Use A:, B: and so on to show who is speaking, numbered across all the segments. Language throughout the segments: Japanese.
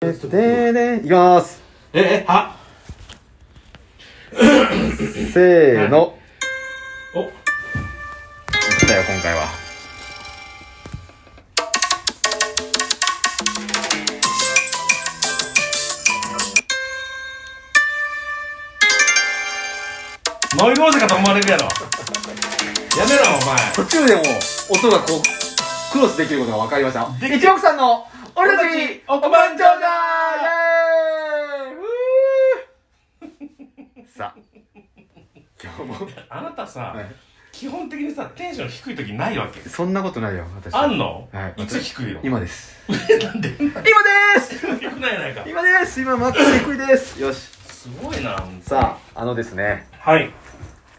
A: でででいきます
B: え、え、は
A: せーの
B: お
A: 来たよ今回は
B: 飲み物かと思われる やろ。やめろ、
A: 途中でもう音がこうクロスできることが分かりました
B: でき
A: 一目散の俺たち
B: お
A: お
B: ばんちょうだ
A: ーイエーイふーさあ今日も
B: お前。あなたさ、
A: はい
B: 基本的にさ、テンション低い時ないわけ。
A: そんなことないよ私
B: あんの、
A: はい
B: いつ低い の
A: 今です
B: えなんで
A: 今です
B: 低くないやないか。
A: 今です今マックス低いですよし
B: すごいな、ほんと
A: さああのですね
B: はい。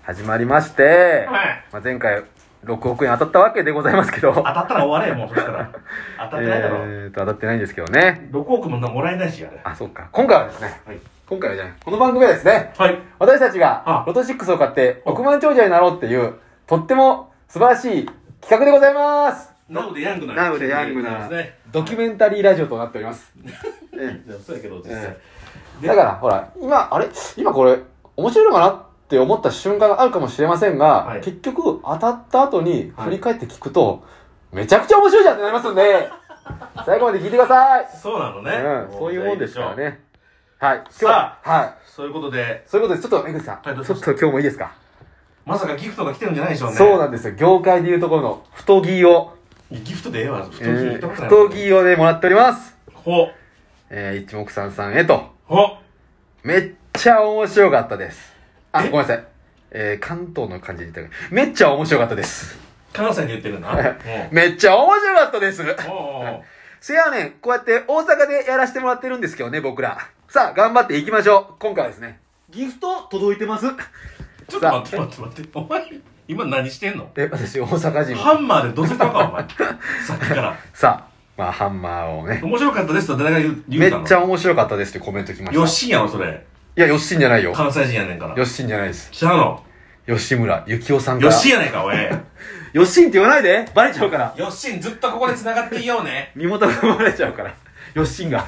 A: 始まりまして、
B: はい
A: まあ、前回6億円当たったわけでございますけど
B: 当たったら終われよ、もうそした ら。当たってないだろ。
A: えー、と当たってないんですけどね
B: 6億もなもらえないし、あれ。
A: あそっか今回はですね
B: はい。
A: 今回はじゃないこの番組はですね
B: はい。
A: 私たちが
B: あ
A: ロト6を買って
B: うん
A: 億万長者になろうっていうとっても素晴らしい企画でございます
B: なのでヤングな。
A: なのでヤングな
B: ですね。
A: ドキュメンタリーラジオとなっております、え
B: いやそうやけど、
A: え
B: 実際。
A: えだからほら今あれ今これ面白いのかなって思った瞬間があるかもしれませんが、
B: はい
A: 結局当たった後に振り返って聞くと、めちゃくちゃ面白いじゃんってなりますん で最後まで聞いてください、
B: そうなのね。
A: うん、そういうもんですから。ねはい今日
B: さ
A: ははい
B: そういうことで、
A: そういうことでちょっと江口さん、
B: はいどう
A: ち
B: し
A: ょ
B: ま
A: っ
B: した
A: と今日もいいですか
B: まさかギフトが来てるんじゃないでしょうね。
A: そうなんですよ。業界でいうところの太着を、
B: ギフトでええわ、太着、
A: え
B: 太
A: ー
B: 着だよ
A: 太着をね、もらっております。
B: ほ、
A: えー、一目散さんへと。
B: ほ、
A: めっちゃ面白かったです。あ、
B: え
A: ごめんなさい。えー、関東の感じで言ったけど、めっちゃ面白かったです。
B: 関西で言ってるな。うん
A: めっちゃ面白かったです。
B: おうおう
A: せやねん、こうやって大阪でやらせてもらってるんですけどね、僕ら。さあ、頑張っていきましょう。今回はですね、ギフト届いてます。
B: ち ょっと待って待って待って。お前、今何してんの
A: え、私、大阪人。
B: ハンマーでどついたか、 お前。さっきから。
A: さあ、まあ、ハンマーをね、
B: 面白かったですと誰が言う言
A: め
B: う
A: った
B: の
A: ちゃ面白かったですってコメント来ました。
B: よっしーやろ、それ。
A: いや、よっしんじゃないよ。
B: 関西人やねんから。
A: よっしんじゃないです。
B: ちゃうの。
A: 吉村幸雄さんか
B: よ
A: ら。
B: っしーやないか、おい。
A: よっしんって言わないでバレちゃうから。
B: よっしーずっとここで繋がっていよう ね。
A: 身元がバレちゃうから。よっしんが。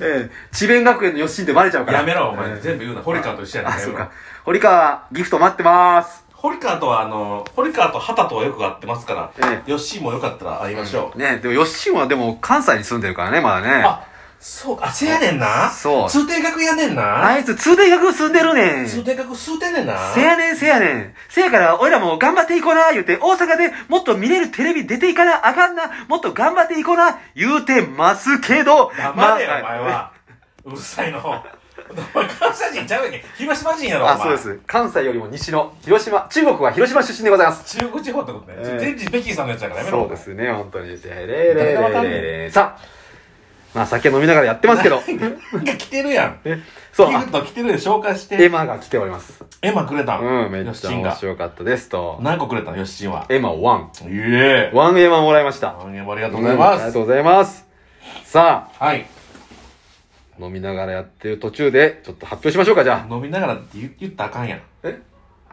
A: ええ智弁学園のよっしんってバレちゃうから。
B: やめろ、お
A: え
B: 前。
A: え
B: 全部言うな。堀川と一緒やね
A: あ、
B: ん
A: そうか。堀川、ギフト待ってます。
B: 堀川とは、あの、堀川と畑とはよく会ってますか
A: え
B: ら、よっしーもよかったら会いましょう。
A: ねでもよっしんはでも関西に住んでるからね、まだね。
B: あ、そうか、あ、せやねんな。
A: そう
B: 通天閣やねんな。
A: あいつ、通天閣住んでるねん。
B: 通
A: せ
B: 天閣吸うてんねんな。
A: やねん、せやねん。せやから、俺らも頑張っていこうな、言うて、大阪でもっと見れるテレビ出ていかなあかんな、もっと頑張っていこうな、言うてますけど、
B: 黙れよ、お
A: ま
B: 前は。うるさいの。お前関西人ちゃうやんけ。広島人やろ、お前。
A: あ、そうで。す。関西よりも西の広島、中国は広島出身でございます。
B: 中国地方ってことね。
A: ええ
B: 全治北京さんのやつだからやめろ。
A: そうですね、本当に。レレレ
B: 誰がわかんね
A: レレさあ、まあ酒飲みながらやってますけど、
B: お 前。なんか来てるやん。
A: え そう、
B: ギ
A: あ
B: フト来てるで紹介し
A: エ
B: て。
A: マが来ております。
B: エマくれた
A: うん、めっ
B: よっ
A: ち
B: し
A: ゃ
B: ん
A: 面
B: が。
A: 白かったですと。
B: 何個くれたの、よっしんは。
A: エマ1。
B: いえ。
A: 1エマもらいました。
B: あ
A: あ
B: りがとうございま
A: ありが
B: す
A: と。うございます。さ
B: はい。
A: あ、飲みながらやってる途中で、ちょっと発表しましょうか、じゃあ。
B: 飲みながらって言言ったらあかんやん。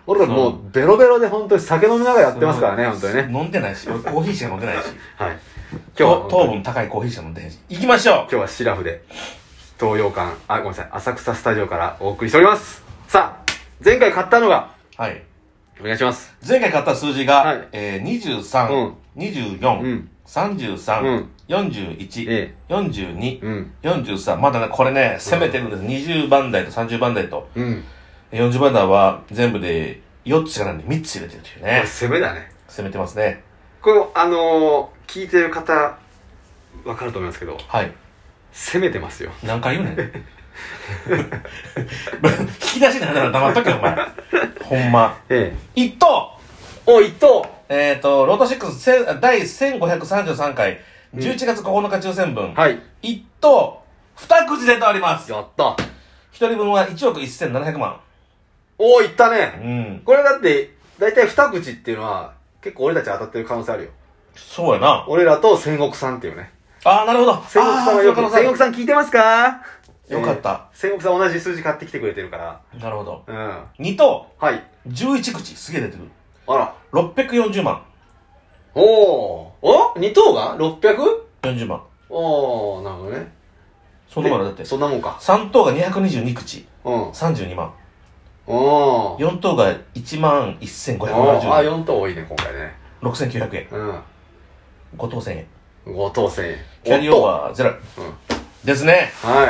A: 俺らもうベロベロで本当に酒飲みながらやってますからね、本当にね。
B: 飲んでないし、俺コーヒーしか飲んでないし。
A: はい。 今日は
B: と
A: 本当
B: 糖
A: に、
B: 分高いコーヒーしか飲んでへんし。行きましょ
A: 今日はシラフで東洋館あごめんなさい浅草スタジオからお送りしておりますさあ前回買ったのが
B: うはい。
A: お願いします
B: 前回買った数字
A: は
B: が
A: い、
B: えー
A: うん
B: 23、
A: う
B: 24
A: ん、うん
B: 33、41
A: え、
B: 42、
A: うん
B: 43。まだね、これね、攻めてるんです。20番台と30番台と。
A: うん
B: えー40番台は全部で4つしかないんで3つ入れてるというね。
A: 攻めだね
B: 攻めてますね。
A: これもあのー、聞いてる方わかると思いますけど
B: はい。
A: 攻めてますよ
B: 何回言うねん。 引き出しで話黙っとけよ、お前。ほんま。
A: ええ
B: 一等
A: お一等
B: えっ、と、ロート6せん第1533回、11月9日抽選分、
A: はい
B: 一等、二くじ出ております。
A: やった
B: 一人分は1億1700万。
A: おおいった
B: う
A: ね
B: ん。
A: これだって大体二口っていうのは結構俺たち当たってる可能性あるよ
B: そうやな。
A: 俺らと戦国さんっていうね
B: ああ、なるほど。
A: 戦国さんはよく
B: あーそう
A: 戦
B: い
A: 国
B: うこと
A: さん聞いてますか
B: よかった、
A: えー戦国さん同じ数字買ってきてくれてるから
B: なるほど。
A: うんは
B: 二等、
A: い
B: 11口、すげえ出てる。
A: あら。
B: 640万。
A: おお。お二等が ?600?
B: 40万。
A: おおなるほどね。
B: そんなもんだだって
A: ねそんなもんか。
B: 3等が222口
A: うん。うん。
B: 32万
A: お
B: 4等が1万
A: あ、
B: 1570円
A: 4等多いね、今回ね。
B: 6900円
A: う
B: 5等1000円
A: ん。5等1000円。
B: キャリーオーバーゼロ、ですね
A: 5等は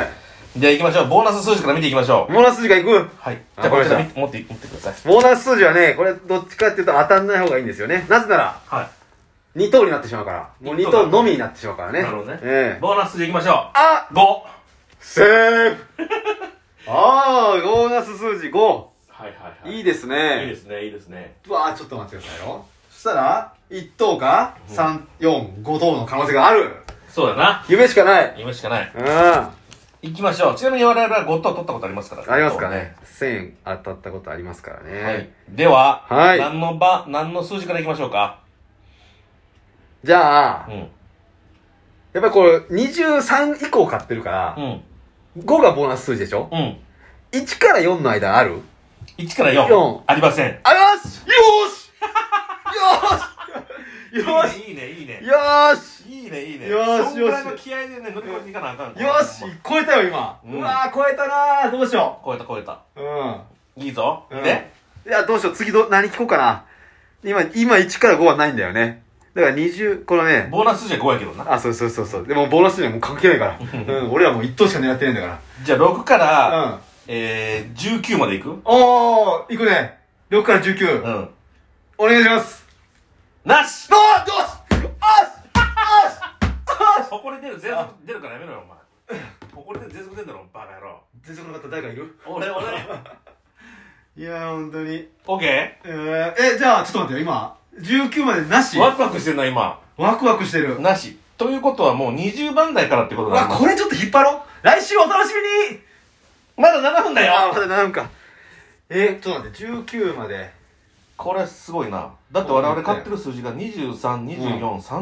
B: じゃあ行きましょうボーナス数字から見ていきましょ
A: い。ボーナス数字がいく
B: うはい
A: あ
B: じゃあこちら
A: わかり
B: 見持って持ってください
A: ボーナス数字はね、これどっちかっていうと当たんない方がいいんですよね。なぜなら、
B: は
A: 2等になってしまうから。もう2等のみになってしまうからね。
B: なるほどね
A: ええ
B: ボーナス数字いきましょ
A: あ
B: う5は
A: セ ーフああ、ボーナス数字5。
B: いはい
A: い
B: い
A: いですね。
B: すねいいですね
A: うわあちょっと待ってくださいよ。そしたら、1等か、3、4、5等の可能性がある。
B: そうだな
A: 夢しかない。
B: 今しかない
A: うん。あ
B: 行きましょうちなみに我々は5等取ったことありますから
A: りますかね。1000円当たったことありますからね。
B: はいでは、
A: はい
B: 何の場何の数字からいきましょうか
A: じゃあ、
B: うんうん
A: やっぱりこれ、23以降買ってるから、5がボーナス数字でしょ
B: うん
A: ?1 から4の間ある
B: 1から4
A: 四
B: ありません
A: ありますよーしよーしよーし
B: いいねいいね
A: よーし
B: いいねいいね
A: よーし
B: そんぐらいの気合でね乗り越えていかなあかんから
A: よーし超えたよ今、う
B: うん
A: わー超えたなーどうしよ
B: 超えた超えた
A: ううん
B: いいぞ、
A: うん
B: で
A: いや、どうしよう。次ど、何聞こうかな。今、今1から5はないんだよね。だから20、このね、
B: ボーナス数字は5やけどな
A: あ、そうそうそうそう。でも、ボーナスにはもう関係ないから。 うん、俺らもう1等しか狙ってないんだか
B: じゃあ6から、
A: ら。うん。
B: えー、19までいく
A: おー、いくね。6から19。
B: うん
A: お願いします。
B: なし
A: どうどうし
B: ここで出る全速出るからやめろよお前ここで出る全速出るだろバカ野郎
A: 全然この方誰かいる
B: 俺俺
A: いやー、ほんとに。
B: オッケ
A: えー、え、じゃあ、ちょっと待ってよ、今。19までなし
B: ーワクワクしてんな今
A: ワクワクしてる。
B: なしということはもう20番台からってこと
A: う
B: だ
A: わ、
B: な
A: これちょっと引っ張ろう。来週お楽しみに
B: まだ7分だ
A: あー、
B: よ
A: まだなんか。えー、ちょっと待って、19まで。
B: これすごいなだって我々買ってる数字が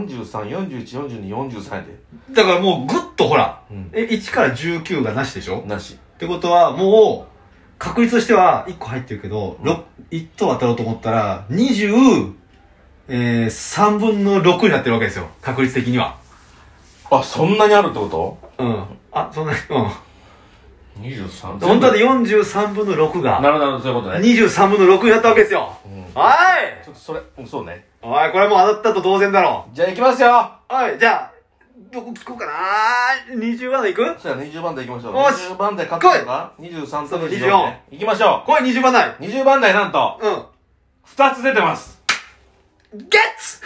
B: 232433414243やで
A: だからもうぐっとほら、
B: うん
A: え、1から19がなしでしょ
B: なし
A: ってことはもう、確率としては1個入ってるけど、
B: うん
A: 六1等当たろうと思ったら、20、えー、3分の6になってるわけですよ。確率的には。
B: あそんなにあるってこと
A: うん。あ、そんな、うん。
B: 23
A: 本当はね43分の6
B: な
A: が、
B: るほどなるほどそういうことね、
A: 23分の6になったわけですよ。
B: うん、
A: はい
B: ちょっとそれうんそうね
A: おい、これもう当たったと当然だろ
B: じゃあ行きますよ
A: う。おい、じゃあ、どこ聞こうかな ?20 番でいく
B: そしたら20番台行きましょう
A: よし
B: 20番台買ったのが23と24、ね、行きましょ
A: これ20番ない。
B: う20番台なんと
A: うん。
B: 2つ出てます
A: ゲッツ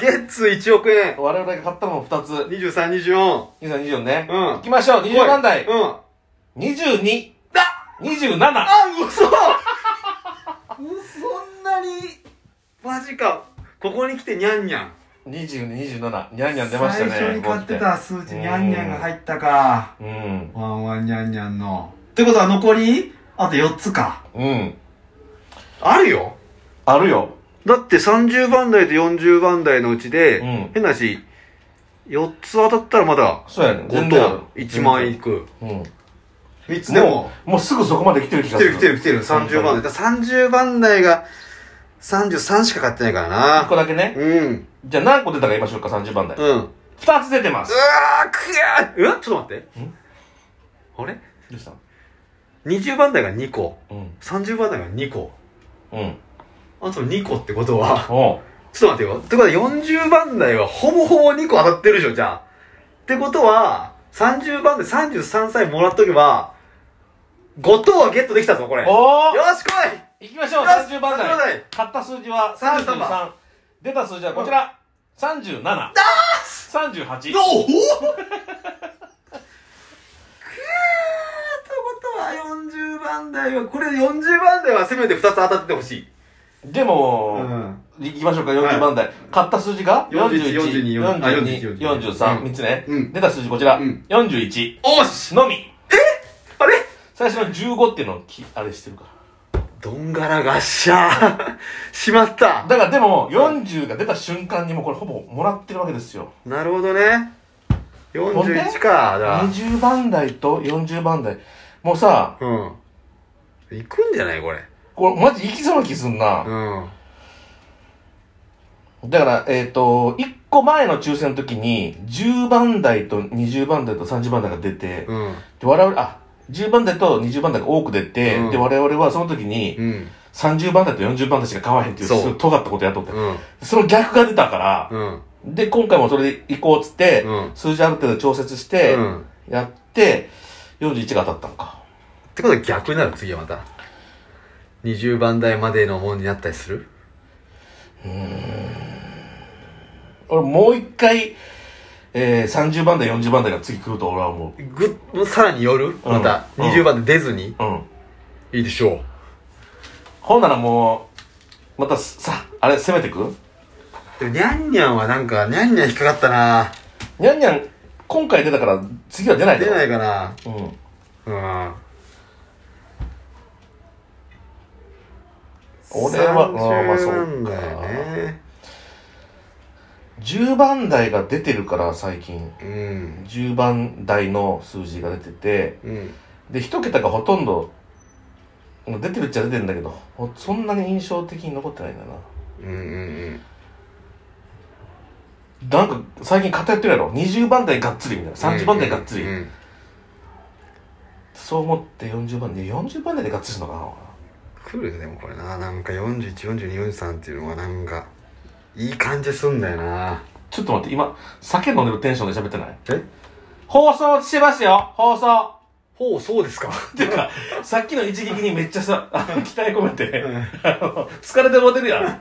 A: ゲッツ1億円
B: 我々が買ったのも2つ
A: 2324
B: 2324ね、
A: うん
B: 行きましょう20番台
A: うんあ
B: 22
A: あ
B: 27
A: 嘘そんなにマジかここに来てニャンニャン
B: 2227にゃんにゃん出ましたね
A: 最初に買って
B: こ
A: た数値ニャンニャンが入ったか
B: う来てうん
A: ワンワンニャンニャンのってことは残りあと4つか
B: うん
A: あるよ
B: あるよ
A: だって30番台と40番台のうちで、
B: うん
A: 変なし4つ当たったらまだ
B: そうやね
A: 5
B: 然ある
A: 等1万円いく
B: うん
A: 3つ
B: でもうもうすぐそこまで来てる気
A: 来
B: が
A: て
B: す
A: る
B: る
A: 来てる来てる30番台だ30番台が33しか買ってないから
B: 1個
A: な
B: だけね
A: うん
B: じゃあ何個出たか言いましょうか30番台
A: うんうわ
B: 2つ出てます
A: ーくやーえちょっと待って
B: ん
A: あれ
B: どうした
A: 20番台が2個
B: うん
A: 30番台が2個
B: うん
A: あと2個ってことは
B: おう
A: ちょっと待ってよってことは40番台はほぼほぼ2個当たってるでしょじゃあってことは30番で33歳もらっとけば5等はゲットできたぞこれよ
B: おー
A: し来い
B: 行きましょう
A: よし
B: 30番
A: 30番
B: 台
A: 台
B: 買った数字は
A: 33
B: 33出た数字はこちら37だー38
A: おおくーってことは40番台はこれ40番台はせめて2つ当たっててほしい、
B: でも
A: ん、
B: 行きましょうか40番台買った数字が
A: 41 42 42 43
B: 414243つね
A: うん
B: 出た数字こちら
A: うん
B: 41
A: おし
B: のみ
A: あれ
B: 最初の15っていうのをきあれしてるか
A: どんがらがっしゃしまっ
B: ら
A: た
B: だからでも40が出た瞬間にもうこれほぼもらってるわけですよ
A: なるほどね
B: ほんで
A: 41かだ
B: 20番台と40番台もうさ
A: うんいくんじゃないこれ
B: これマジ行きそうな気すんな
A: うん
B: だから、えっ、と、1個前の抽選の時に、10番台と20番台と30番台が出て、
A: うん。
B: で我々、あ、10番台と20番台が多く出て、
A: うん
B: で、我々はその時に、
A: うん。
B: 30番台と40番台しか買わへんっていう、
A: そう
B: すごい尖ったことやっとって、
A: うん。
B: その逆が出たから、
A: うん。
B: で、今回もそれで行こうっつって、
A: うん
B: 数字ある程度調節して、
A: うん
B: やって、41が当たったのか。
A: ってことは逆になる、次はまた。20番台までのものになったりする
B: 俺もう一回、えー、30番台、40番台が次来ると俺は思
A: ぐもうさらによるまた、
B: うん
A: 20番で出ずに、
B: う。うん。
A: いいでしょう。
B: ほんならもう、またさ、あれ攻めてく
A: でも、にゃんにゃんはなんか、にゃんにゃん引っかかったな
B: にゃんにゃん、今回出たから次は出ない
A: 出
B: い。
A: ないかな
B: うん。
A: うん。
B: 俺はあーまあそうか
A: 30なんだよね。
B: 10番台が出てるから最近。
A: うん。
B: 10番台の数字が出てて、
A: うん。
B: で、一桁がほとんど、出てるっちゃ出てるんだけど、ほそんなに印象的に残ってないんだな。
A: うんうん
B: なんか、最近偏ってるやろ ?20 番台がっつりみたいな。
A: うん。
B: 30番台がっつり。
A: うん
B: そう思って40番台、40番台でがっつりするのかな
A: 来るよでもこれななんか414243っていうのはなんかいい感じすんだよな
B: ちょっと待って、今、酒飲んでるテンションで喋ってない
A: え
B: 放送してますよ放送
A: ほうそうですか
B: てか、さっきの一撃にめっちゃさ、あの期待込めて、あの、疲れてもてるやん。しっ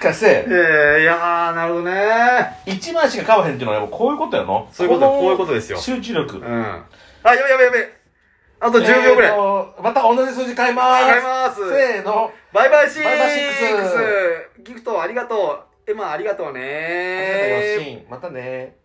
B: かりし
A: え
B: て、
A: ー、いやーなるほどね
B: 1枚しか買わへんっていうのはやっぱこういうことやの
A: そういうこと
B: の
A: こういうことですよ
B: 集中
A: うん
B: 力。
A: あやべやべやべあと10秒ぐらい、
B: えーとまた同じ数字買いまーす。
A: 買います
B: せーの。
A: バイバイシックス
B: バイバイシック
A: ギフトありがとうエマありがとうね
B: ありがとう、よしん。またねー。